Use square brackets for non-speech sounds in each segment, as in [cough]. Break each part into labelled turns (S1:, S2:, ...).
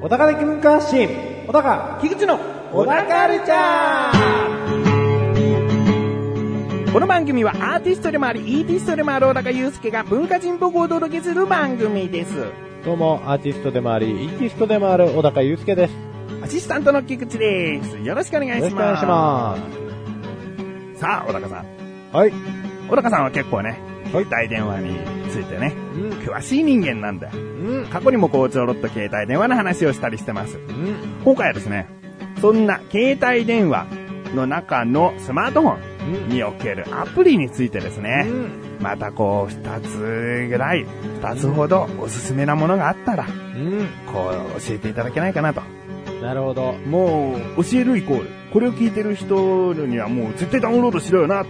S1: 小高的文化発信小高
S2: 樋口の
S1: 小高カルチャー
S2: この番組はアーティストでもあり、イーティストでもある小高祐介が文化人っぽくお届けする番組です。
S1: どうもアーティストでもありイーティストでもある小高祐介です
S2: アシスタントの菊池です。よろしくお願い
S1: よろ
S2: し
S1: しくお願い
S2: ます。
S1: しま
S2: ますさあ、小高さ
S1: す
S2: ん。
S1: はい
S2: 小高さんは結構ね、
S1: はい
S2: 携帯電話についてね、
S1: うん
S2: 詳しい人間なんだよ。
S1: うん
S2: 過去にもこうちょろっと携帯電話の話をしたりしてます。
S1: うん
S2: 今回はですね、そんな携帯電話の中のスマートフォンにおけるアプリについてですね、またこう二つぐらい、二つほどおすすめなものがあったら、
S1: うん
S2: こう教えていただけないかなと。
S1: なるほど
S2: もう教えるイコール、これを聞いてる人にはもう絶対ダウンロードしろよなっ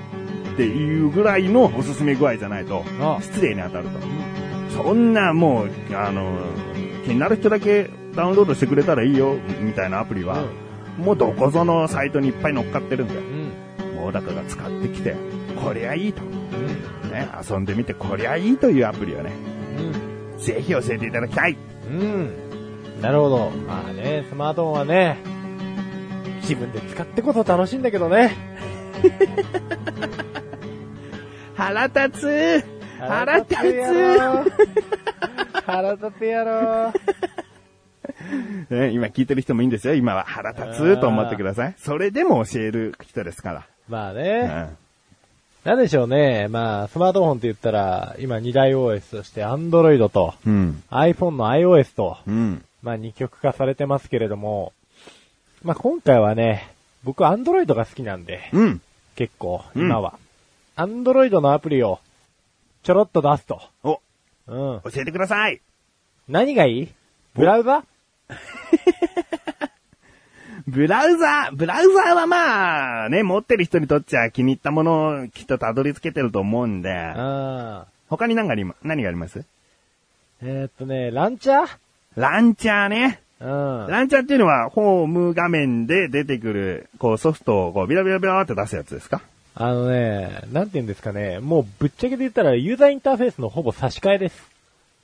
S2: ていうぐらいのおすすめ具合じゃないと、
S1: あ
S2: 失礼に当たると。そんなもう、あの、気になる人だけダウンロードしてくれたらいいよ、みたいなアプリは、もうどこぞのサイトにいっぱい乗っかってるんだよ
S1: う。ん
S2: もうだから使ってきて、こりゃいいと。ね、遊んでみてこりゃいいというアプリをね、ぜひ教えていただきたい。
S1: うんうんなるほどまあねスマートフォンはね自分で使ってこそ楽しいんだけどね
S2: 腹立つ腹立
S1: つや
S2: つ
S1: ろ腹立つや [laughs] ろ
S2: ね今聞いてる人もいいんですよ。今は腹立つと思ってください。それでも教える人ですか
S1: まあ
S2: ら。う
S1: ね、
S2: ん
S1: なんでしょうね。まあ、スマートフォンって言ったら、今二大 OS として、Android と、
S2: うん。
S1: iPhone の iOS と、
S2: うん。
S1: まあ二極化されてますけれども、まあ今回はね、僕 Android が好きなんで、
S2: うん。
S1: 結構、
S2: うん
S1: 今は。Android のアプリを、ちょろっと出すと。
S2: お、
S1: うん。
S2: 教えてください。
S1: 何がいいブラウザ
S2: ブラウザー、ブラウザーはまあ、ね、持ってる人にとっちゃ気に入ったものをきっとたどり着けてると思うんで、
S1: うん。
S2: 他に何がありま、何があります
S1: えー、っとね、ランチャ
S2: ランチャーね。
S1: ーうん。
S2: ランチャーっていうのは、ホーム画面で出てくる、こうソフトをこうビラビラビラって出すやつですか
S1: あのね、なんて言うんですかね、もうぶっちゃけて言ったらユーザーインターフェースのほぼ差し替えです。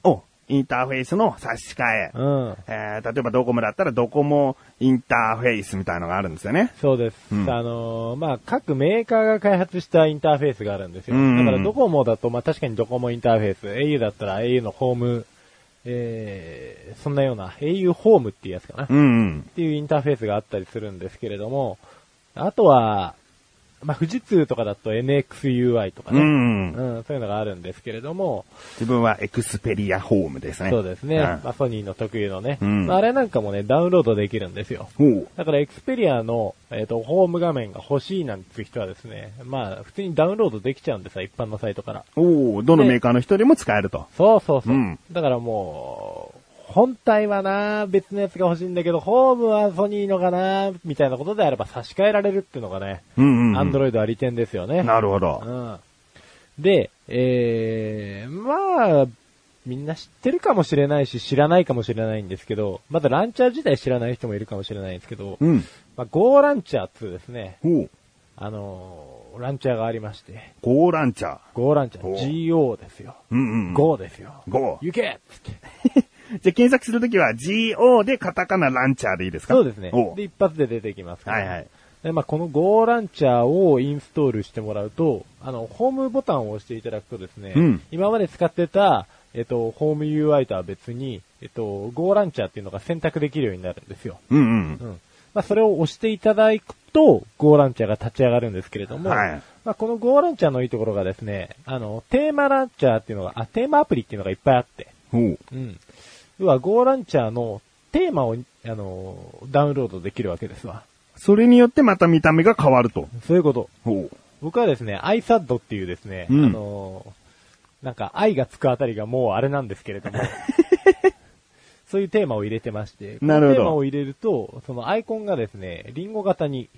S2: お、インターフェースの差し替え。
S1: うん。
S2: えー、例えばドコモだったらドコモインターフェイスみたいのがあるんですよね。
S1: そうです。
S2: うん
S1: あのーまあ、各メーカーが開発したインターフェースがあるんですよ。
S2: うんうんうん
S1: だからドコモだと、まあ、確かにドコモインターフェース、au だったら au のホーム、えー、そんなような au ホームっていうやつかな。っ
S2: うん、
S1: ていうインターフェースがあったりするんですけれども、あとは、まあ、富士通とかだと NXUI とか
S2: うん。う
S1: ね、
S2: ん、うん。
S1: うんそういうのがあるんですけれども、
S2: 自分はエクスペリアホームですね。
S1: そうですね、
S2: ん
S1: まあ、ソニーの特有のね、
S2: うん
S1: まあ、あれなんかもね、ダウンロードできるんですよ。
S2: ほう。
S1: だから、エクスペリアの、えっ、と、ホーム画面が欲しいなんて人はですね、まあ、普通にダウンロードできちゃうんですよ、一般のサイトから。
S2: おおどのメーカーの人でも使えると。
S1: そうそうそう。
S2: うん
S1: だからもう、本体はな、別のやつが欲しいんだけど、ホームはソニーのかな、みたいなことであれば差し替えられるっていうのがね、
S2: うんうん。
S1: アンドロイドは利点ですよね。
S2: なるほど。
S1: うん。で、えー、まあ、みんな知ってるかもしれないし、知らないかもしれないんですけど、まだランチャー自体知らない人もいるかもしれないんですけど、
S2: うん。
S1: まあ、Go ランチャー2ですね。
S2: ほう。
S1: あのーランチャーがありまして、
S2: ゴーランチャー。
S1: Go ランチャ
S2: お
S1: ー、GO ですよ。
S2: うんうん。
S1: GO ですよ。
S2: ゴー。
S1: 行けっつって。
S2: じゃあ検索するときは GO でカタカナランチャーでいいですか
S1: そうですね
S2: お。う
S1: で、一発で出てきますから。
S2: はいはい。
S1: で、まあ、この Go ランチャーをインストールしてもらうと、あの、ホームボタンを押していただくとですね、
S2: うん
S1: 今まで使ってた、えっと、ホーム UI とは別に、えっと、Go ランチャーっていうのが選択できるようになるんですよ。
S2: うんうん
S1: う。ん。まあ、それを押していただくと、Go ランチャーが立ち上がるんですけれども、
S2: はい
S1: まあ、この Go ランチャーのいいところがですね、あの、テーマランチャーっていうのが、あ、テーマアプリっていうのがいっぱいあって、
S2: ほう。
S1: うん。要は Go ランチャーのテーマを、あの、ダウンロードできるわけですわ。
S2: それによってまた見た目が変わると。
S1: そういうこと。
S2: ほう。
S1: 僕はですね、iSAD っていうですね、
S2: うん
S1: あの、なんか愛がつくあたりがもうあれなんですけれ
S2: [laughs]
S1: ども、そういうテーマを入れてまして、
S2: なるほ
S1: この
S2: ど
S1: テーマを入れると、そのアイコンがですね、リンゴ型に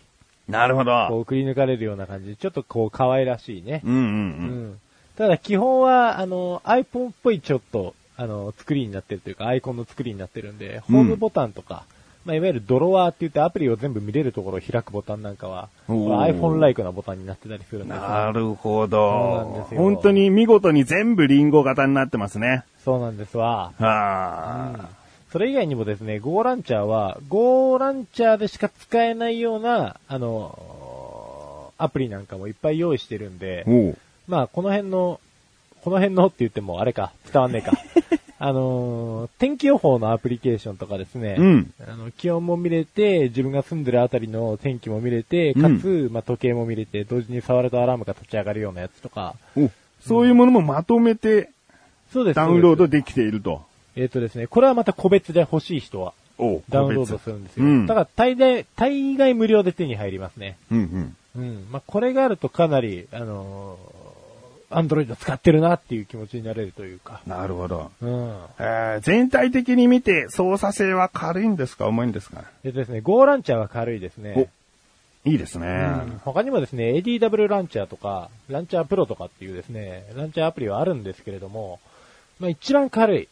S2: なるほ
S1: こ
S2: ど。
S1: うくり抜かれるような感じで、ちょっとこう可愛らしいね。
S2: うんう
S1: うんん。ただ基本は、あの、iPhone っぽいちょっと、あの、作りになってるというか、アイコンの作りになってるんで、ホームボタンとか、まあ、いわゆるドロワーって言ってアプリを全部見れるところを開くボタンなんかは、
S2: おー
S1: まあ iPhone ライクなボタンになってたりするんですよ
S2: なるほ
S1: そうなん
S2: ど
S1: です。よ
S2: 本当に見事に全部リンゴ型になってますね。
S1: そうなんですわ。
S2: あ
S1: それ以外にもですね、Go ランチャーは、Go ランチャーでしか使えないような、あの、アプリなんかもいっぱい用意してるんで
S2: ー、おう
S1: まあ、この辺の、この辺のって言っても、あれか、伝わんねえ
S2: [laughs]
S1: か。あのー天気予報のアプリケーションとかですね。
S2: うん
S1: あの、気温も見れて、自分が住んでるあたりの天気も見れて、かつ、まあ、時計も見れて、同時に触るとアラームが立ち上がるようなやつとか。
S2: おそういうものもまとめて
S1: そうです。
S2: ダウンロー
S1: そ
S2: ド
S1: うです
S2: できていると。
S1: えっ、とですね、これはまた個別で欲しい人は、
S2: おう
S1: ダウンロードするんですよ。
S2: うん
S1: だから、大概、大概無料で手に入りますね。
S2: うんう
S1: う
S2: ん。
S1: ん。まあ、これがあるとかなり、あのーアンドロイド使ってるなっていう気持ちになれるというか。
S2: なるほど。
S1: うん。
S2: えー全体的に見て操作性は軽いんですか重いんですか
S1: えっとですね、Go ランチャーは軽いですね。
S2: いいですね。
S1: うん他にもですね、ADW ランチャーとか、ランチャープロとかっていうですね、ランチャーアプリはあるんですけれども、まあ一番軽い、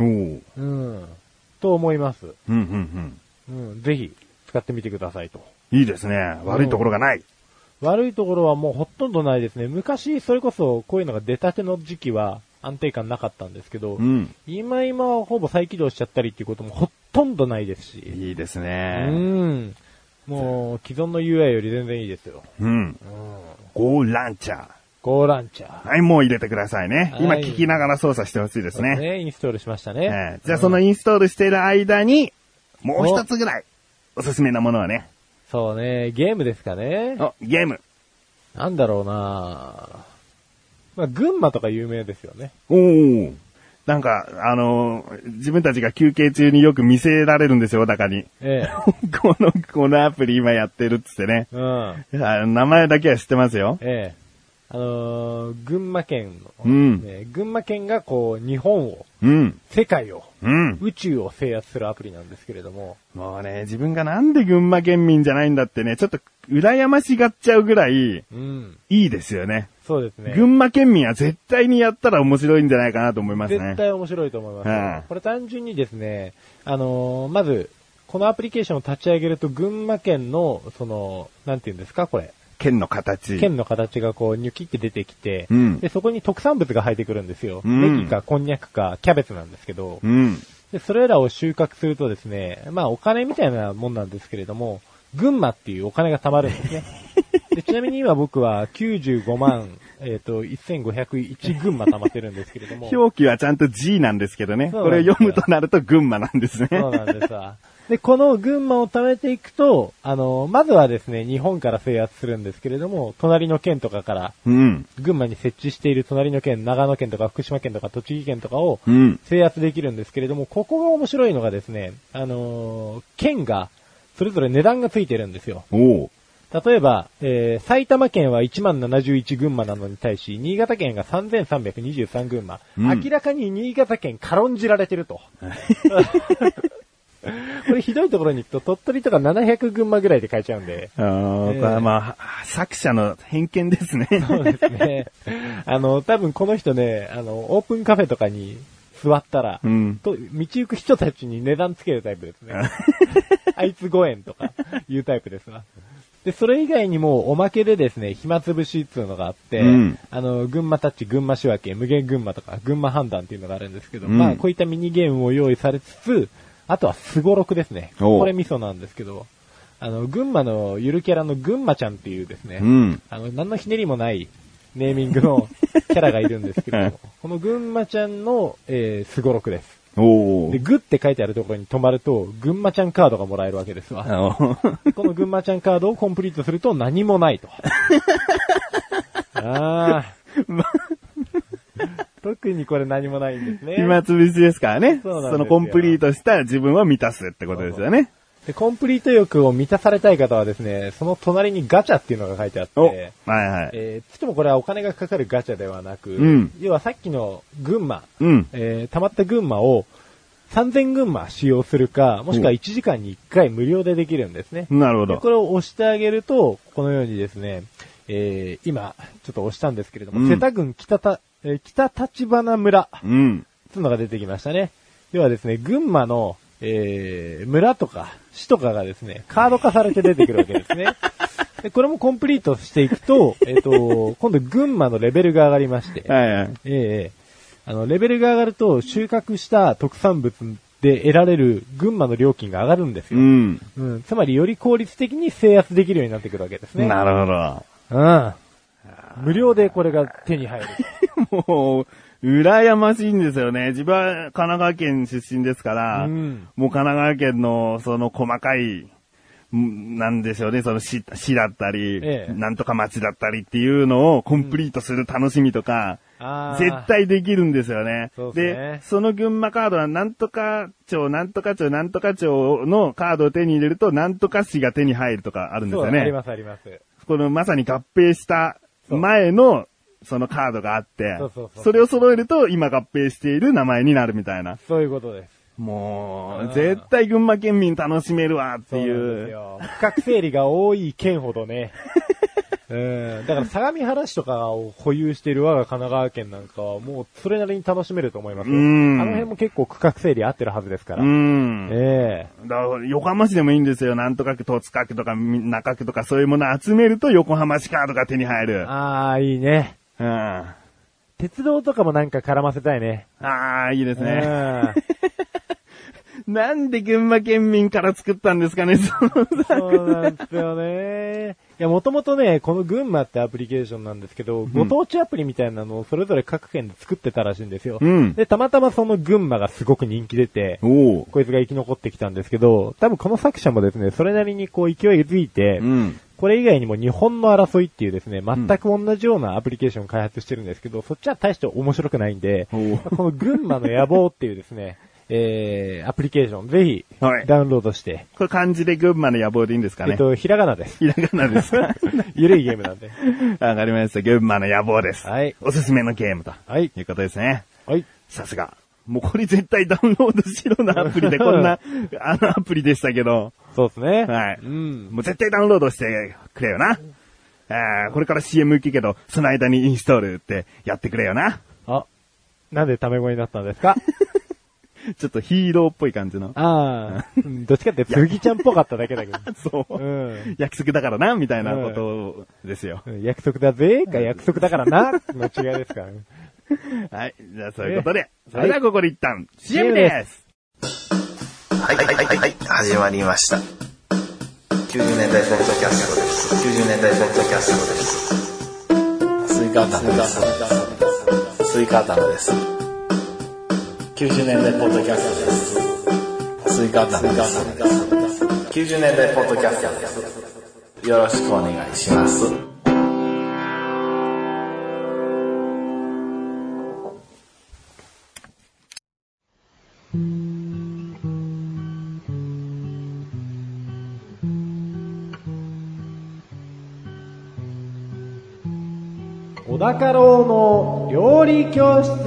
S2: おううん
S1: うん、と思います。
S2: うんうん。
S1: うん、ぜひ使ってみてくださいと。
S2: いいですね。悪いところがない。
S1: 悪いところはもうほとんどないですね。昔、それこそこういうのが出たての時期は安定感なかったんですけど、
S2: うん。
S1: 今今はほぼ再起動しちゃったりっていうこともほとんどないですし、
S2: いいです
S1: う
S2: ね。
S1: ん、もう既存の UI より全然いいですよ。
S2: うん。ゴーランチャー。
S1: Go ランチャー。
S2: はい、もう入れてくださいね。今
S1: はい
S2: 聞きながら操作してほしいですね。
S1: インストールしました
S2: え
S1: ね。
S2: ーじゃあそのインストールしている間に、もう一つぐらい、おすすめなものはね。
S1: そうね、ゲームですかね。
S2: お、ゲーム。
S1: なんだろうなまあ、群馬とか有名ですよね。
S2: おお。なんか、あのー自分たちが休憩中によく見せられるんですよ、小高に。 [laughs]
S1: え
S2: この、このアプリ今やってるっつってね。 [laughs]
S1: え。うん。
S2: あ名前だけは知ってますよ。
S1: ええ。あのー群馬県の、
S2: うん
S1: ね群馬県がこう、日本を、
S2: うん。
S1: 世界を、
S2: うん。
S1: 宇宙を制圧するアプリなんですけれども、
S2: もうね、自分がなんで群馬県民じゃないんだってね、ちょっと羨ましがっちゃうぐらい、い
S1: うん。
S2: いですよね。
S1: そうですね。
S2: 群馬県民は絶対にやったら面白いんじゃないかなと思いますね
S1: 絶。対面白いと思います、
S2: うん
S1: これ単純にですね、あのーまず、このアプリケーションを立ち上げると、群馬県の、その、なんて言うんですか、これ。
S2: 県の形。
S1: 剣の形がこう、ニュキって出てきて、
S2: うん
S1: で、そこに特産物が生えてくるんですよ。
S2: うん
S1: ネギかこんにゃくかキャベツなんですけど、
S2: うん。
S1: で、それらを収穫するとですね、まあお金みたいなもんなんですけれども、群馬っていうお金が貯まるんです
S2: [laughs]
S1: ね。でちなみに今僕は95万、えっ、と、1501群馬貯まってるんですけれども。
S2: 表記はちゃんと G なんですけどね。
S1: そうな
S2: こ
S1: んで
S2: れ
S1: すよ
S2: 読むとなると群馬なんですね。
S1: そうなんですわ。で、この群馬を貯めていくと、あの、まずはですね、日本から制圧するんですけれども、隣の県とかから
S2: うん。
S1: 群馬に設置している隣の県、長野県とか福島県とか栃木県とかを
S2: うん。
S1: 制圧できるんですけれども、ここが面白いのがですね、あのー県が、それぞれ値段がついてるんですよ。
S2: おう。
S1: 例えば、えー埼玉県は1071群馬なのに対し、新潟県が3323群馬。
S2: うん
S1: 明らかに新潟県軽んじられてる
S2: [laughs]
S1: と。 [laughs] これひどいところに行くと、鳥取とか700群馬ぐらいで買えちゃうんで。
S2: あー
S1: ええ
S2: これはまあ、作者の偏見ですね。
S1: そうですね。あの、多分この人ね、あの、オープンカフェとかに座ったら、
S2: うん
S1: と道行く人たちに値段つけるタイプです
S2: [laughs]
S1: ね。あいつ5円とかいうタイプですわ。で、それ以外にも、おまけでですね、暇つぶしっていうのがあって、
S2: うん
S1: あの、群馬タッチ、群馬仕分け、無限群馬とか、群馬判断っていうのがあるんですけど、
S2: うん
S1: まあ、こういったミニゲームも用意されつつ、あとはスゴロクですね。
S2: おう
S1: これミソなんですけど、あの、群馬のゆるキャラの群馬ちゃんっていうですね、
S2: うん。
S1: あの、何のひねりもないネーミングのキャラがいるんです
S2: [laughs]
S1: けれども、この群馬ちゃんの、えー、すごろくです。
S2: お
S1: で、
S2: う。
S1: グって書いてあるところに止まると、群馬ちゃんカードがもらえるわけですわ。
S2: [laughs] あの
S1: この群馬ちゃんカードをコンプリートすると何も
S2: [laughs]
S1: ないと。ああ。特にこれ何もないんですね。
S2: 暇つぶしですからね。
S1: そうなんですよ
S2: のコンプリートした自分は満たすってことですよね。
S1: で、コンプリート欲を満たされたい方はですね、その隣にガチャっていうのが書いてあっ
S2: お、
S1: て、
S2: はいはい。
S1: えーつってもこれはお金がかかるガチャではなく、
S2: うん
S1: 要はさっきの群馬、
S2: うん。
S1: えー溜まった群馬を3000群馬使用するか、もしくは1時間に1回無料でできるんですね。
S2: なるほど
S1: でこ。れを押してあげると、このようにですね、えー今、ちょっと押したんですけれども、
S2: うん
S1: 瀬田郡北た、えー北立花村、
S2: うん。
S1: つうのが出てきましたね。要はですね、群馬の、えー、村とか市とかがですね、カード化されて出てくるわけです
S2: [laughs]
S1: ね。で、これもコンプリートしていくと、えっ、と、今度群馬のレベルが上がりまして、
S2: はいはい。
S1: ええあの、レベルが上がると収穫した特産物で得られる群馬の料金が上がるんです
S2: う
S1: よ。
S2: ん。
S1: うん。つまりより効率的に制圧できるようになってくるわけですね。
S2: なる
S1: うん。無料でこれが手に入る。
S2: ほど。 [laughs] もう、羨ましいんですよね。自分は神奈川県出身ですから、
S1: うん
S2: もう神奈川県のその細かい、んなんでしょうね、その市市だったり、
S1: ええ
S2: なんとか町だったりっていうのをコンプリートする楽しみとか、
S1: あー
S2: [laughs] 絶。対できるんですよね。
S1: そうっすね
S2: で、その群馬カードは、なんとか町、なんとか町、なんとか町のカードを手に入れると、なんとか市が手に入るとかあるんです
S1: そうだ
S2: よ
S1: ね。あり
S2: ね。
S1: ますあります。
S2: このまさに合併した前の、そのカードがあって
S1: そうそうそ、う
S2: それを揃えると、今合併している名前になるみたいな。
S1: そういうことです。
S2: も
S1: うん
S2: う、絶対群馬県民楽しめるわって
S1: そうな
S2: い
S1: んです
S2: う。
S1: よ。区画整理が多い県ほど
S2: [laughs]
S1: ね。うん。だから相模原市とかを保有している我が神奈川県なんかはもうそれなりに楽しめると思いますよ。
S2: うん
S1: あの辺も結構区画整理合ってるはずですか
S2: う
S1: ら。
S2: ん。
S1: ええ
S2: だから横浜市でもいいんですよ。なんとか区、戸塚区とか、み中区とか、そういうものを集めると横浜市カードが手に入
S1: [laughs]
S2: る。
S1: ああ、いいね。
S2: うん。あ
S1: 鉄道とかもなんか絡ませたいね。
S2: あ、いいです
S1: う
S2: ね。
S1: ん。
S2: なんで群馬県民から作ったんで
S1: [laughs]
S2: すかね、その
S1: そうなんですよね。いや、もともとね、この群馬ってアプリケーションなんですけど、ご当地アプリみたいなのをそれぞれ各県で作ってたらしいんですよ。
S2: うん。
S1: で、たまたまその群馬がすごく人気出て、
S2: おお。
S1: こいつが生き残ってきたんですけど、多分この作者もですね、それなりにこう勢いづいて、
S2: うん。
S1: これ以外にも日本の争いっていうですね、全く同じようなアプリケーションを開発してるんですけど、そっちは大して面白くないんで、
S2: おう
S1: ま [laughs] あこの群馬の野望っていうです
S2: [laughs]
S1: ね、えー、アプリケーション、ぜひ、
S2: はい
S1: ダウンロードして、
S2: これ漢字で群馬の野望でいいんですか
S1: え
S2: ね
S1: っ。と、ひらがな
S2: [laughs]
S1: です。
S2: ひらがなですか
S1: ゆるいゲームなんで。
S2: わかりました。群馬の野望です。
S1: はい
S2: おすすめのゲームと。
S1: はい。
S2: いうことですね。
S1: はい。
S2: さすが。もうこれ絶対ダウンロードしろなアプリで、こんな、あのアプリでしたけど。
S1: そうですね。
S2: はい。
S1: うん。
S2: もう絶対ダウンロードしてくれよな。えー、これから CM 行くけど、その間にインストールってやってくれよな。
S1: あ、なんでタメ語になったんです
S2: [laughs]
S1: か
S2: ちょっとヒーローっぽい感じの。
S1: ああ、
S2: [laughs]
S1: うんどっちかって、つぎちゃんっぽかっただけだけど。
S2: そうう。
S1: ん。
S2: 約束だからな、みたいなことですよ。
S1: うん約束だぜか約束だからなの違いですからね。
S2: はい。じゃあそういうことで、それではここで一旦 CM
S1: です
S2: です。
S3: はい、はい、はい、はい、始まりました。90年代ポッドキャストです。90年代ポッドキャストです。スイカ頭です。スイカ頭です。90年代ポッドキャストです。スイカ頭です。90年代ポッドキャストです。よろしくお願いします。
S1: 小高郎の料理教室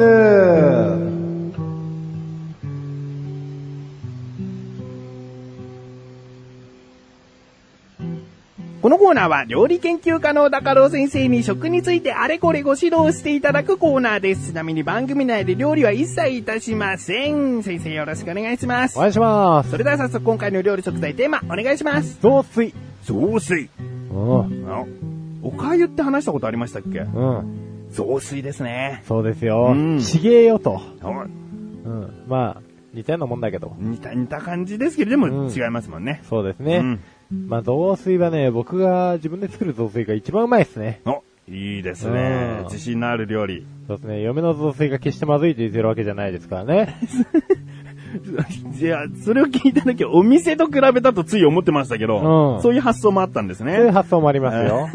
S2: このコーナーは料理研究家の高郎先生に食についてあれこれご指導していただくコーナーです。ちなみに番組内で料理は一切いたしません。先生よろしくお願いします
S1: お。願いします。
S2: それでは早速今回の料理食材テーマお願いします。
S1: 雑炊。
S2: 雑炊。
S1: うん。
S2: あおかゆって話したことありましたっけ
S1: うん。
S2: 雑炊ですね。
S1: そうですよ。
S2: うん
S1: ちげえよと。
S2: お
S1: うん。まあ、似たようなもんだけど。
S2: 似た、似た感じですけど、でも
S1: うん
S2: 違いますもんね。
S1: そうですね。まあ、雑炊はね、僕が自分で作る雑炊が一番うまいですね。
S2: うん。お、いいです
S1: う
S2: ね
S1: ん。
S2: 自信のある料理。
S1: そうですね。嫁の雑炊が決してまずいと言ってるわけじゃないですから [laughs] ね。
S2: じゃあ、それを [laughs] 聞いた時、お店と比べたとつい思ってましたけど、
S1: うん
S2: そういう発想もあったんです
S1: そういう
S2: ね。
S1: 発想もあります [laughs] よ。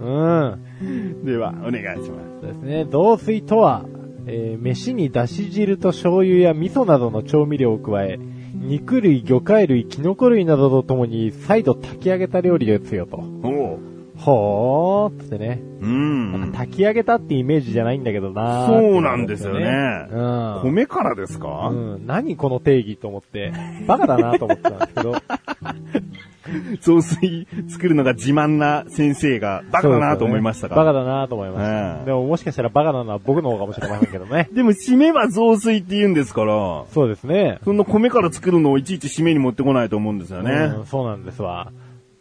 S1: うん。
S2: では、お願いします。
S1: そうですね。雑炊とは、えー飯にだし汁と醤油や味噌などの調味料を加え、肉類、魚介類、キノコ類などとともに再度炊き上げた料理ですよと。
S2: おう。
S1: ほーっつってね。
S2: うん。
S1: 炊き上げたってイメージじゃないんだけどなー
S2: そうなんですよね
S1: ってことですよね
S2: 米からですか [laughs]
S1: うん。うん。何この定義と思って、バカだなと思ってたんですけど。
S2: 雑炊作るのが自慢な先生がバカだなと思いました
S1: バカ
S2: が。
S1: だなと思いました。
S2: うん。
S1: でももしかしたらバカなのは僕の方かもしれませんけどね
S2: でも締めは雑炊って言うんですから、
S1: そうですね。
S2: そんな米から作るのをいちいち締めに持ってこないと思うんですよね。
S1: うんそうなんですわ。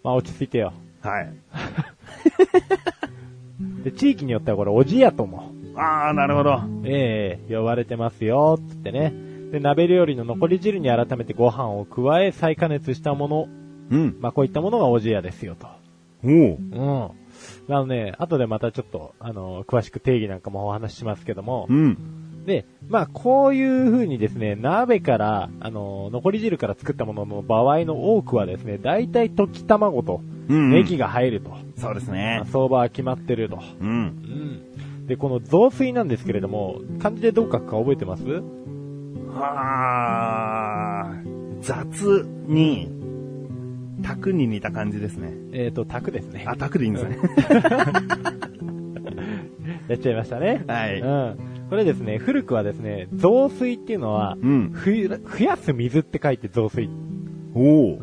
S1: まあ落ち着いてよ。
S2: はい。
S1: で、地域によってはこれ、おじやとも、
S2: ああ、なるほど。
S1: ええ呼ばれてますよ、つってね。で、鍋料理の残り汁に改めてご飯を加え、再加熱したもの、
S2: うん。
S1: まあ、こういったものがおじやですよ、と。
S2: おう。
S1: うん。なので、後でまたちょっと、あの、詳しく定義なんかもお話ししますけども
S2: う、ん。
S1: で、まあ、こういう風にですね、鍋から、あの、残り汁から作ったものの場合の多くはですね、大体溶き卵と、
S2: うん、
S1: ネギが入ると。
S2: そうです
S1: ま
S2: ね
S1: あ。相場は決まってると。
S2: うん。
S1: うん。で、この雑炊なんですけれども、漢字でどう書くか覚えてます
S2: はあ、雑に、卓に似た感じですね。
S1: えっ、と、卓ですね。
S2: あ、卓でいいんですね。
S1: やっちゃいましたね。。
S2: はいう
S1: ん。これですね、古くはですね、雑炊っていうのは、
S2: うん。
S1: ふゆ増やす水って書いて雑炊。
S2: おう。
S1: うん。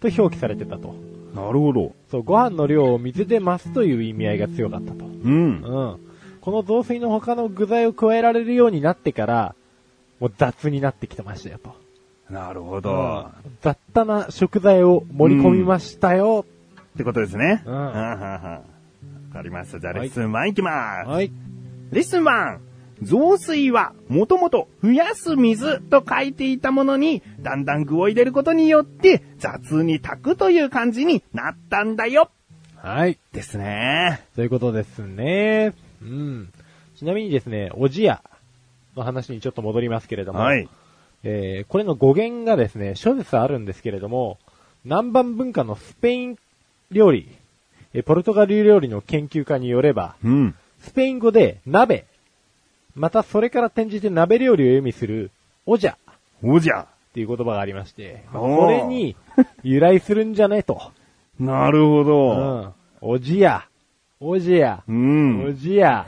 S1: と表記されてたと。
S2: なるほど。
S1: そう、ご飯の量を水で増すという意味合いが強かったと。
S2: うん。
S1: うん。この雑炊の他の具材を加えられるようになってから、もう雑になってきてましたよと。
S2: なるほど。
S1: うん雑多な食材を盛り込みましたよ。
S2: ってことですね。
S1: うん
S2: はははわかりました。じゃあ、レ
S1: はい
S2: ッスン1いきます。
S1: はい。
S2: レッスン 1! 増水は、もともと、増やす水と書いていたものに、だんだん具を入れることによって、雑に炊くという感じになったんだよ
S1: はい。
S2: ですね。
S1: ということですね。うん。ちなみにですね、おじやの話にちょっと戻りますけれども、
S2: はい。
S1: えー、これの語源がですね、諸説あるんですけれども、南蛮文化のスペイン料理、えーポルトガル料理の研究家によれば、
S2: うん。
S1: スペイン語で鍋、またそれから転じて鍋料理を意味する、おじゃ
S2: おじゃ。
S1: っていう言葉がありまして、まあ
S2: おー
S1: これに由来するんじゃね
S2: [laughs]
S1: と。
S2: なるほ
S1: う
S2: ど。
S1: ん。おじや、おじや、
S2: う
S1: お
S2: ん。
S1: じや。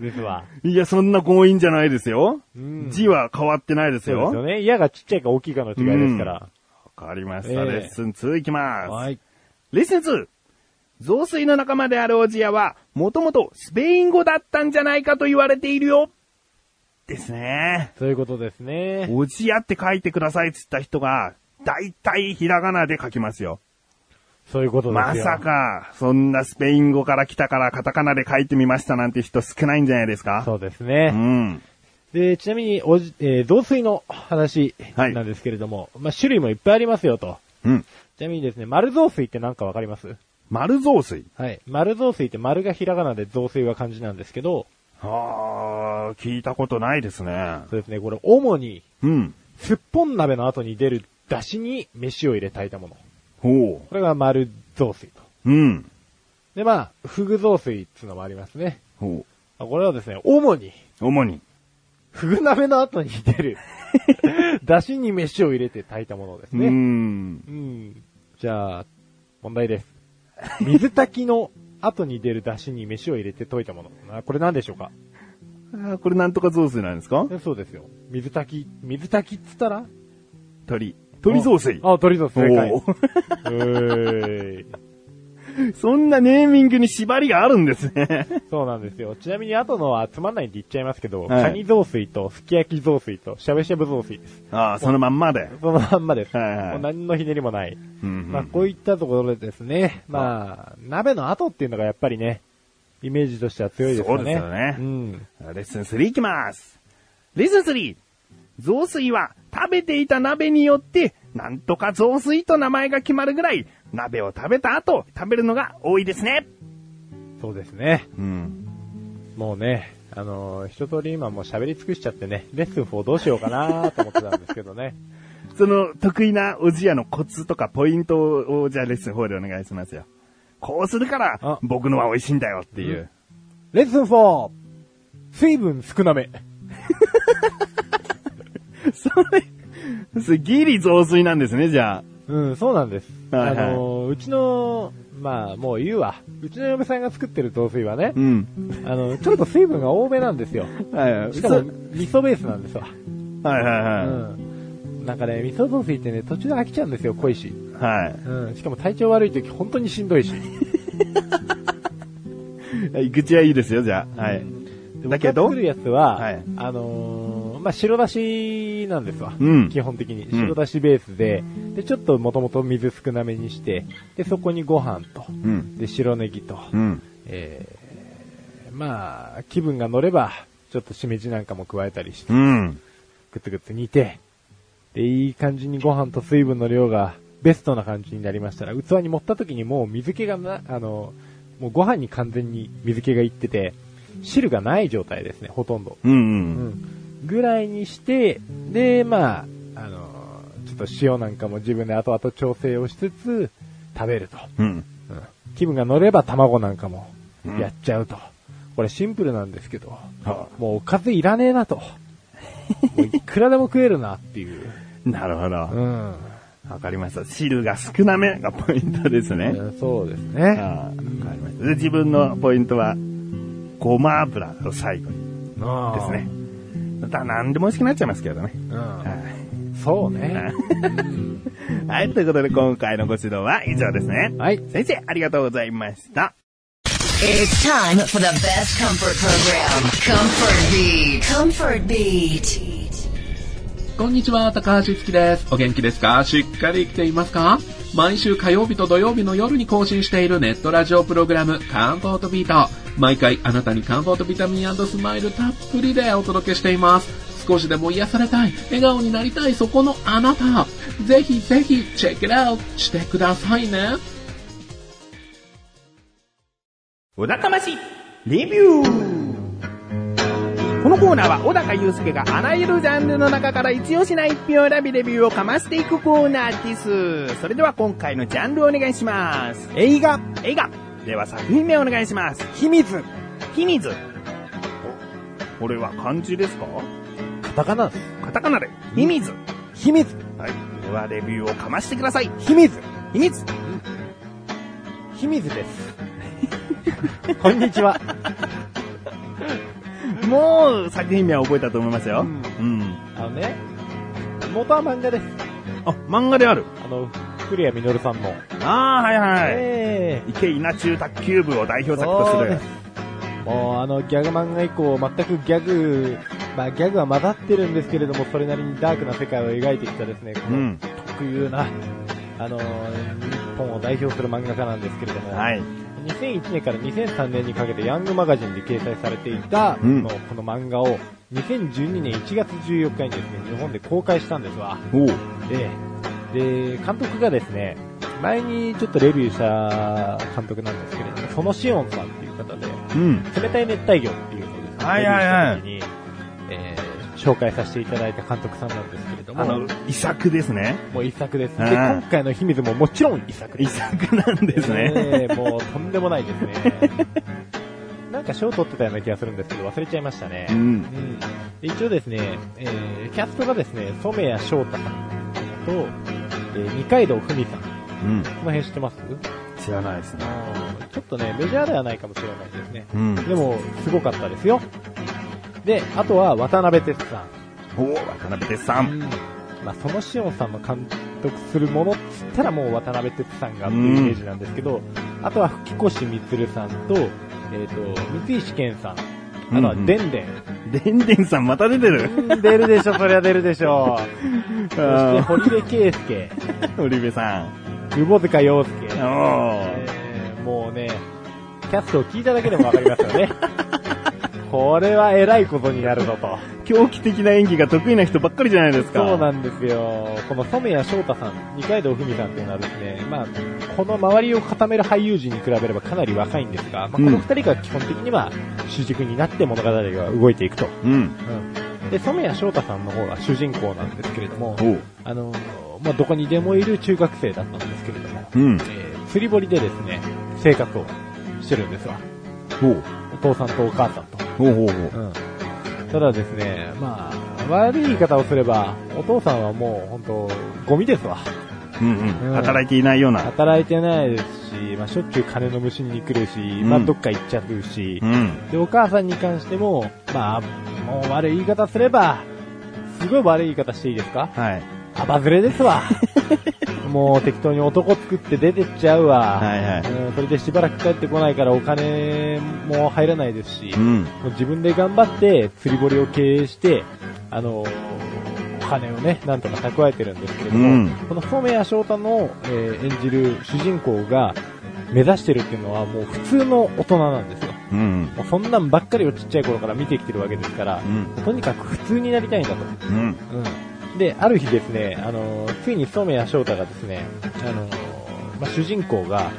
S1: です
S2: [laughs]
S1: わ。
S2: いや、そんな強引じゃないですよ。
S1: うん
S2: 字は変わってないです
S1: そうですよ
S2: よ。
S1: ね。矢がちっちゃいか大きいかの違いですから。
S2: わかりまし
S1: え
S2: た。
S1: え
S2: レッスン2いきます。
S1: い。
S2: レッスン 2! 雑炊の仲間であるおじやは、もともとスペイン語だったんじゃないかと言われているよですね。
S1: そういうことですね。
S2: おじやって書いてくださいって言った人が、だいたいひらがなで書きますよ。
S1: そういうことで
S2: ます
S1: よ。
S2: さ。か、そんなスペイン語から来たからカタカナで書いてみましたなんて人少ないんじゃないですか
S1: そうです
S2: う
S1: ね。
S2: ん。
S1: で、ちなみに、おじ、えー雑炊の話
S2: はい
S1: なんですけれども、まあ、種類もいっぱいありますよと。
S2: うん。
S1: ちなみにですね、丸雑炊ってなんかわかります
S2: 丸雑炊。
S1: はい。丸雑炊って丸がひらがなで雑炊は漢字なんですけど、
S2: あー、聞いたことないですね。
S1: そうですね、これ主に、
S2: うん。
S1: すっぽん鍋の後に出る出汁に飯を入れ炊いたもの。
S2: ほ
S1: これが丸雑炊と。
S2: う。うん。
S1: で、まあ、フグ雑炊っていうのもありますね。
S2: ほ
S1: あこれはですね、主に、
S2: う。主に。
S1: フグ鍋の後に出
S2: [laughs]
S1: る、出汁に飯を入れて炊いたものです
S2: う
S1: ね。
S2: ん。
S1: うん。じゃあ、問題です。水炊きの後に出る出汁に飯を入れて溶いたもの。あこれ何でしょうか
S2: あーこれなんとか雑炊なんですか
S1: えそうですよ。水炊き、水炊きっつったら
S2: 鳥。鳥雑炊。
S1: あ、鳥雑炊。正解。
S2: お
S1: う
S2: ー [laughs]
S1: ーい。
S2: そんなネーミングに縛りがあるんですね。
S1: そうなんですよ。ちなみに後のはつまんないんで言っちゃいますけど、
S2: はい
S1: カニ雑炊とすき焼き雑炊としゃぶしゃぶ雑炊です。
S2: [laughs] ああ、そのまんまで。
S1: そのまんまです。
S2: はいはい
S1: もう何のひねりもない。
S2: うん
S1: まあこういったところでですね、まあ、鍋の後っていうのがやっぱりね、イメージとしては強いですよね。
S2: そうですよね
S1: うん。
S2: レッスン3いきます。レッスン 3! 雑炊は食べていた鍋によって、なんとか雑炊と名前が決まるぐらい、鍋を食べた後、食べるのが多いですね。
S1: そうですね。
S2: うん。
S1: もうね、あのー一通り今もう喋り尽くしちゃってね、レッスン4どうしようかなと思ってたんですけど
S2: [laughs]
S1: ね。
S2: その、得意なおじやのコツとかポイントを、じゃあレッスン4でお願いしますよ。こうするから
S1: あ、
S2: 僕のは美味しいんだよって [laughs] いう。
S1: レッスン 4! 水分少なめ。
S2: それ、すギリ雑炊なんですね、じゃあ。
S1: うん、そうなんです。
S2: はいはい
S1: あのーうちの、まあもう言うわ。うちの嫁さんが作ってる雑炊は
S2: [laughs]
S1: ね、
S2: ん。
S1: あの、ちょっと水分が多めなんですよ。
S2: はいはい。
S1: しかも、味噌ベースなんですわ。
S2: はいはいうはい。
S1: ん。なんかね、味噌雑炊ってね、途中で飽きちゃうんですよ、濃いし。
S2: あは
S1: うん。しかも体調悪い時本当にしんどいし。
S2: い。愚痴はいいですよ、じゃあ。はい。だけど
S1: 作、るやつは、
S2: はい
S1: あのーまあ、白だしなんですわ。
S2: うん
S1: 基本的に。
S2: うん
S1: 白だしベースで、で、ちょっともともと水少なめにして、で、そこにご飯と、
S2: うん。
S1: で、白ネギと、
S2: うん。
S1: えー、まあ、気分が乗れば、ちょっとしめじなんかも加えたりして、
S2: うん。
S1: グツグツ煮て、で、いい感じにご飯と水分の量がベストな感じになりましたら、器に盛った時にもう水気がな、あの、もうご飯に完全に水気がいってて、汁がない状態ですね、ほとんど。
S2: うん。
S1: う
S2: うん。
S1: ん。ぐらいにして、で、まあ、あの、ちょっと塩なんかも自分で後々調整をしつつ、食べると。
S2: うん。
S1: うん気分が乗れば卵なんかもやっちゃうと。これシンプルなんですけど、
S2: は
S1: もうおかずいらねえなと。もういくらでも食えるなっていう。
S2: なるほど。
S1: うん。
S2: わかりました。汁が少なめがポイントですね。
S1: うんそうですね。
S2: ああ、わかりました。で、自分のポイントは、ごま油を最後に
S1: ああ
S2: ですね。。だ、なんでも美味しくなっちゃいますけどね。
S1: うん。
S2: は
S1: そうね。
S2: い。はい、ということで今回のご指導は以上ですね。
S1: はい。
S2: 先生、ありがとうございました。
S4: It's time for the best comfort program. Comfort Beat. Comfort Beat.
S5: こんにちは、高橋月です。お元気ですかしっかり生きていますか毎週火曜日と土曜日の夜に更新しているネットラジオプログラム、カンフォートビート。毎回あなたにカンフォートビタミンスマイルたっぷりでお届けしています。少しでも癒されたい、笑顔になりたい、そこのあなた。ぜひぜひ、チェックアウトしてくださいね。
S2: 小高まし、レビューこのコーナーは小高祐介があらゆるジャンルの中から一押しな一品を選びレビューをかましていくコーナーです。それでは今回のジャンルをお願いします。
S1: 映画、
S2: 映画では作品名お願いします。
S1: 秘密、
S2: 秘密。これは漢字ですか
S1: カタカナです。
S2: カタカナで。秘密。
S1: 秘密、
S2: はい。では、レビューをかましてください。
S1: 秘密、
S2: 秘密。
S1: 秘密です。 [laughs] こんにちは。
S2: もう、作品名は覚えたと思いますよ。
S1: うん
S2: うん。
S1: あのね、元は漫画です。
S2: あ、漫画である。
S1: あの、古谷実さんの。
S2: ああ、はいはい。
S1: ええ
S2: 池稲中卓球部を代表作とす
S1: そうで
S2: る
S1: す。もうあのギャグ漫画以降、全くギャグ、まあギャグは混ざってるんですけれども、それなりにダークな世界を描いてきたですね、こ
S2: う
S1: の
S2: ん
S1: 特有な、 [laughs] あのー、日本を代表する漫画家なんですけれども、
S2: はい。
S1: 2001年から2003年にかけてヤングマガジンで掲載されていた、
S2: うん
S1: このこの漫画を、2012年1月14日にですね、日本で公開したんですわ。
S2: おう。
S1: で、で、監督がですね、前にちょっとレビューした監督なんですけれども、そのシオンさんっていう方で、
S2: うん。
S1: 冷たい熱帯魚っていうのをですね、
S2: はいはいはい
S1: レビューした時に、えー紹介させていただいた監督さんなんですけれど
S2: あの
S1: も、、
S2: 遺作ですね。
S1: もう一作です。
S2: うん
S1: で、今回の秘密ももちろん一作で
S2: 遺
S1: す。
S2: 作なんですね。
S1: ねえもうとんでもないです
S2: [laughs]
S1: ね。なんか賞取ってたような気がするんですけど、忘れちゃいましたね。
S2: うん。
S1: うんで一応ですね、えーキャストがですね、染谷翔太さんと、えー二階堂ふみさん。こ
S2: うん。
S1: の辺知ってます
S2: 知らないですね。
S1: ちょっとね、メジャーではないかもしれないですね。
S2: うん。
S1: でも、すごかったですよ。で、あとは渡辺哲さ
S2: おう、渡辺哲さ
S1: ん。
S2: ん。
S1: まあ、そのシオンさんの監督するものっつったらもう渡辺哲さんがっていうイメージなんですけど、あとは吹越充さんと、えっ、と、三石健さん。あとはデンデン。
S2: でんでんさんまた出てる。
S1: 出るでしょ、そりゃ出るでしょ。 [laughs] そして、
S2: あ
S1: 堀部圭介、
S2: ー織部さん。
S1: 窪塚洋介、
S2: おー。
S1: えーもうね、キャストを聞いただけでもわかりますよ [laughs] ね。これは偉いことになるぞと。
S2: 狂気的な演技が得意な人ばっかりじゃないですか。
S1: そうなんですよ。この染谷翔太さん、二階堂ふみさんっていうのはですね、まあ、この周りを固める俳優陣に比べればかなり若いんですが、まあ、こ
S2: うん
S1: の二人が基本的には主軸になって物語が動いていくと。
S2: うん。
S1: で、染谷翔太さんの方が主人公なんですけれども、
S2: おう。
S1: あのーまあ、どこにでもいる中学生だったんですけれども、
S2: うん
S1: え。ー釣り堀でですね、生活をしてるんですわ。
S2: ほう。
S1: お父さんとお母さんと。
S2: ほうほうほう。
S1: うん。ただですね、まあ、悪い言い方をすれば、お父さんはもう本当、ゴミですわ。
S2: うん
S1: う
S2: うんん。働いていないような。
S1: 働いてないですし、まあ、しょっちゅう金の無心に来るし、
S2: ん
S1: まあ、どっか行っちゃうし、
S2: うん。
S1: で、お母さんに関しても、まあ、もう悪い言い方すれば、すごい悪い言い方していいですか
S2: はい。
S1: パパズレです
S2: [laughs]
S1: わ。もう適当に男作って出てっちゃうわ。
S2: はいはい
S1: うんそれでしばらく帰ってこないからお金も入らないですし、
S2: うん。
S1: もう自分で頑張って釣り堀を経営して、あの、お金をね、なんとか蓄えてるんですけれども、
S2: うん
S1: この染谷翔太の、えー演じる主人公が目指してるっていうのはもう普通の大人なんですよ。
S2: うん。
S1: もうそんなんばっかりをちっちゃい頃から見てきてるわけですから、
S2: うん。
S1: とにかく普通になりたいんだと。
S2: うん。
S1: うん。で、ある日ですね、あのーついに染谷翔太がですね、あのーまあ、主人公が、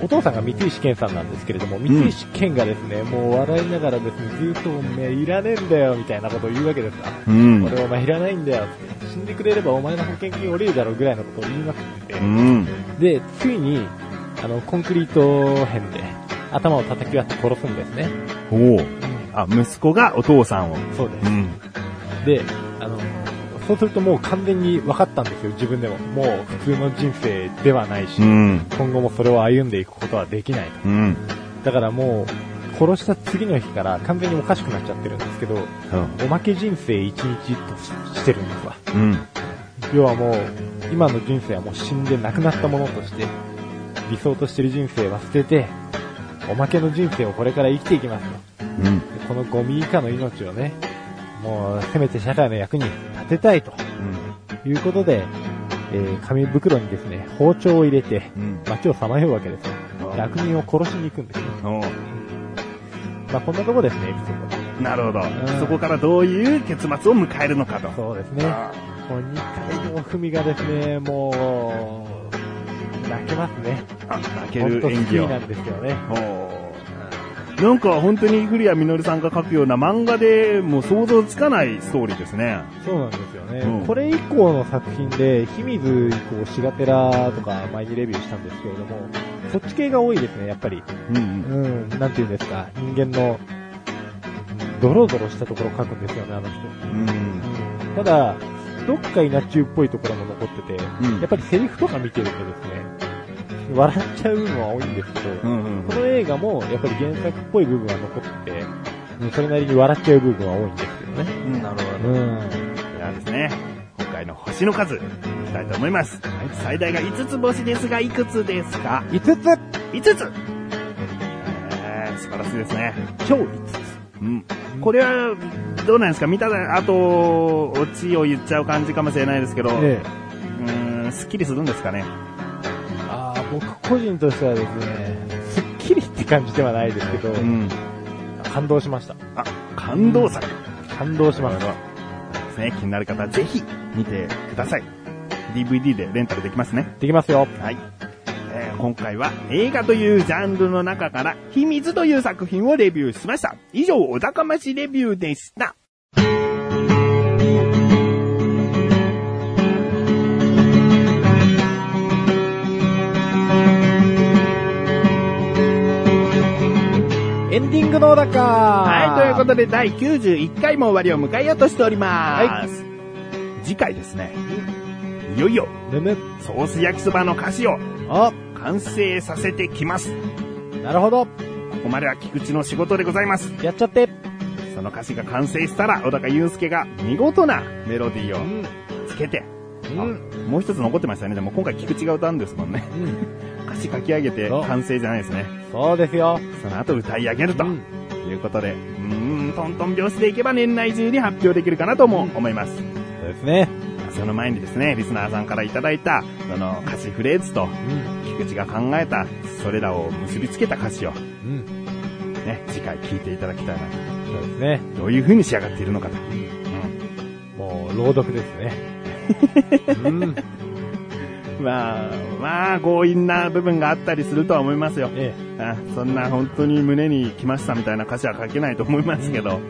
S1: お父さんが三石健さんなんですけれども、三石健がですね、もう笑いながらですね、ずっとお前いらねえんだよ、みたいなことを言うわけですわ。
S2: うん。
S1: 俺お前いらないんだよ、死んでくれればお前の保険金降りるだろうぐらいのことを言いまくってて、
S2: うん。
S1: で、ついに、あの、コンクリート片で、頭を叩き割って殺すんですね。
S2: おお。あ、息子がお父さんを。
S1: そうです
S2: う。ん。
S1: で、あの、そうするともう完全に分かったんですよ、自分でも。もう普通の人生ではないし、
S2: うん。
S1: 今後もそれを歩んでいくことはできないと。
S2: うん。
S1: だからもう、殺した次の日から完全におかしくなっちゃってるんですけど、
S2: そう。
S1: おまけ人生一日とししてるんですわ。
S2: うん。
S1: 要はもう、今の人生はもう死んでなくなったものとして、理想としてる人生は捨てて、おまけの人生をこれから生きていきますと。
S2: うん。
S1: でこのゴミ以下の命をね、もうせめて社会の役に立てたいと。ということで、えー紙袋にですね、包丁を入れて、
S2: うん。
S1: 街をさまようわけですよ。
S2: うん。
S1: 役人を殺しに行くんですね。
S2: おう
S1: まあ、こんなとこですね、エピソー
S2: なるほど
S1: ん。
S2: そこからどういう結末を迎えるのかと。
S1: ド。そうですね。もう二階の文がですね、もう、泣けますね。
S2: あ、泣け
S1: 本
S2: る
S1: 当
S2: 演
S1: 好き
S2: 技を。
S1: なんですけどね。
S2: おうなんか本当に古谷実さんが書くような漫画でもう想像つかないストーリーですね。
S1: そうなんですよね。
S2: うん
S1: これ以降の作品で、清水以降、シガテラとか前にレビューしたんですけれども、そっち系が多いですね、やっぱり。
S2: うんうん。
S1: うん、なんていうんですか、人間の、ドロドロしたところを描くんですよね、あの人。
S2: うん。
S1: ただ、どっか稲中っぽいところも残ってて、
S2: うん
S1: やっぱりセリフとか見てるとですね、笑っちゃうのは多いんですけど、
S2: うんうん
S1: この映画もやっぱり原作っぽい部分は残ってて、うんそれなりに笑っちゃう部分は多いんですけどね。
S2: うん。なるほど。
S1: うん。
S2: ではですね、今回の星の数、いきたいと思います。最大が5つ星ですが、いくつですか
S1: 5
S2: ?5 つえー、素晴らしいですね。
S1: つ超5つ
S2: うん。これは、どうなんですか見たら、あと、オチを言っちゃう感じかもしれないですけど、
S1: ええ。
S2: うーん、スッキリするんですかね。
S1: ああ、僕個人としてはですね、すっきりって感じではないですけど、
S2: ん。
S1: 感動しました。
S2: あ、感動作。
S1: 感動しました。
S2: ですね。気になる方、ぜひ、見てください。DVD でレンタルできますね。
S1: できますよ。
S2: はい。えー今回は映画というジャンルの中から秘密という作品をレビューしました。以上、お高ましレビューでした。
S1: エンディングのだか
S2: はい、ということ
S1: で。
S2: で第91回も終わりを迎えようとしております。次回ですね、いよいよ
S1: ぬぬ。
S2: ソース焼きそばの菓子を
S1: あ、
S2: 完成させてきます。
S1: なるほど。
S2: ここまでは菊池の仕事でございます。
S1: やっちゃって。
S2: その歌詞が完成したら、小高祐介が見事なメロディーをつけて、あ
S1: うん。
S2: もう一つ残ってましたね。でも今回菊池が歌うんですも
S1: [laughs]
S2: んね。
S1: うん。
S2: 歌詞書き上げて
S1: そう
S2: 完成じゃないですね。
S1: そうですよ。
S2: その後歌い上げると
S1: うん
S2: いうことで、うーん、トントン拍子でいけば年内中に発表できるかなとも思います。
S1: そうですね。
S2: その前にですね、リスナーさんからいただいた、その歌詞フレーズと、
S1: うん。
S2: 菊池が考えた、それらを結びつけた歌詞を、
S1: うん。
S2: ね、次回聞いていただきたいな。
S1: そうですね。
S2: どういう風に仕上がっているのかと。
S1: もう、朗読ですね。うん。
S2: まあ、まあ、強引な部分があったりするとは思いますよ。
S1: [laughs] え
S2: あそんな本当に胸に来ましたみたいな歌詞は書けないと思いますけど、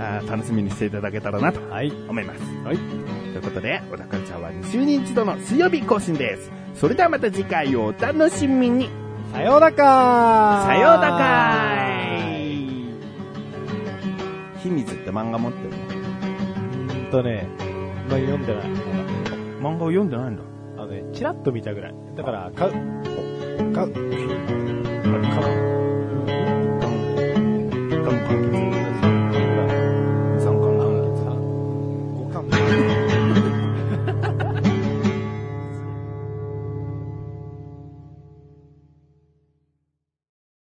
S2: あ楽しみにしていただけたらなと
S1: え。はい。
S2: 思います。はい。ということで、小高ちゃんは2週に一度の水曜日更新です。それではまた次回をお楽しみに。
S1: さようだか
S2: さようなら秘密って漫画持ってる
S1: うんとね、まあ、読んでない。
S2: の漫画を読んでないんだ。
S1: あのね、チラッと見たぐらい。だから、買う。買う。買う。